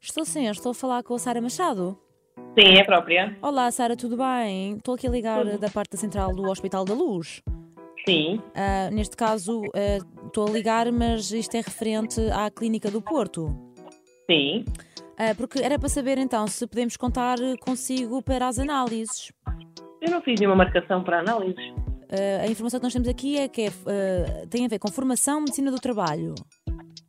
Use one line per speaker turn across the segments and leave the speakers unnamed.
Estou sim, eu estou a falar com a Sara Machado.
Sim, é própria.
Olá, Sara, tudo bem? Estou aqui a ligar
Tudo.
da parte da central do Hospital da Luz.
Sim.
Ah, neste caso, ah, estou a ligar, mas isto é referente à Clínica do Porto.
Sim.
Ah, porque era para saber então se podemos contar consigo para as análises.
Eu não fiz nenhuma marcação para análises.
Ah, a informação que nós temos aqui é que é, ah, tem a ver com formação medicina do trabalho.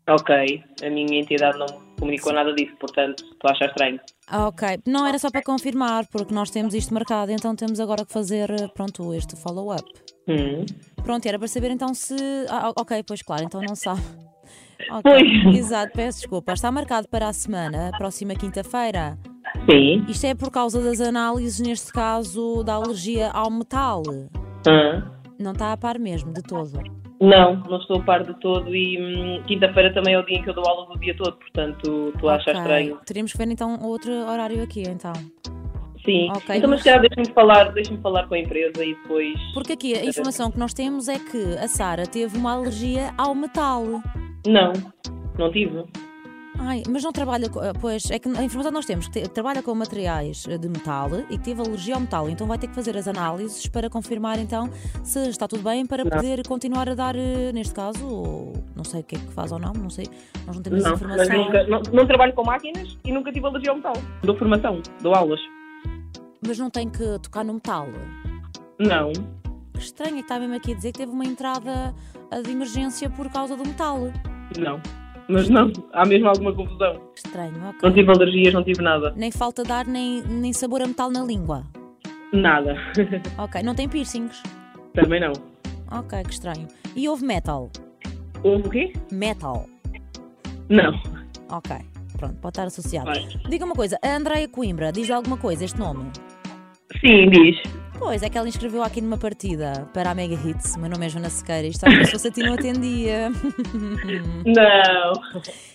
Ok. A minha entidade não me comunicou nada disso, portanto, tu achas estranho.
Ah, ok. Não era só para confirmar, porque nós temos isto marcado, então temos agora que fazer, eh, pronto, este follow-up.
Hum.
Pronto, era para saber então se. Ah, o- ok, pois claro, então não sabe. Ok,
Pois.
Exato, peço desculpa. Está marcado para a semana, próxima quinta-feira.
Sim.
Isto é por causa das análises, neste caso, da alergia ao metal.
Hã?
Não está a par mesmo, de todo.
Não, não estou a par de todo e hum, quinta-feira também é o dia em que eu dou aula do dia todo, portanto, tu achas
Ok,
estranho.
Teríamos que ver então outro horário aqui, então.
Sim.
Ok.
Então, mas se calhar deixa-me falar, deixa-me falar com a empresa e depois.
Porque aqui a informação que nós temos é que a Sara teve uma alergia ao metal.
Não, não tive.
Ai, mas não trabalha. co- ah, Pois, é que a informação que nós temos que te- trabalha com materiais eh, de metal e que teve alergia ao metal, então vai ter que fazer as análises para confirmar então se está tudo bem para poder continuar a dar, eh, neste caso, ou- não sei o que é que faz ou não, não sei, nós não temos essa
Não, mas
informação.
nunca, não, não trabalho com máquinas e nunca tive alergia ao metal. Dou formação, dou aulas.
Mas não tem que tocar no metal.
Não,
Que estranho é que está mesmo aqui a dizer que teve uma entrada ah, de emergência por causa do metal.
não. Mas não, há mesmo alguma confusão.
Que Estranho, ok.
Não tive alergias, não tive nada.
Nem falta de ar, nem, nem sabor a metal na língua.
Nada.
Ok, não tem piercings.
Também não.
Ok, que estranho. E houve metal.
Houve o quê?
Metal.
Não.
Ok, pronto, pode estar associado.
Vai.
Diga uma coisa, a Andreia Coimbra diz alguma coisa este nome?
Sim, diz.
Pois, é que ela inscreveu aqui numa partida para a Mega Hits. O meu nome é Joana Sequeira e estava como se fosse a ti não atendia.
Não.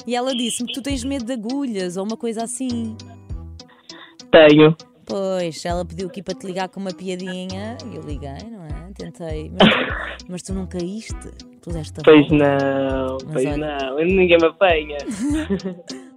E ela disse-me: Tu tens medo de agulhas ou uma coisa assim.
Tenho.
Pois, ela pediu aqui para te ligar com uma piadinha e eu liguei, não é? Tentei, mas, mas tu não caíste. Tu deste a
Pois
volta.
não,
Mas
pois
olha.
não. Ninguém me apanha.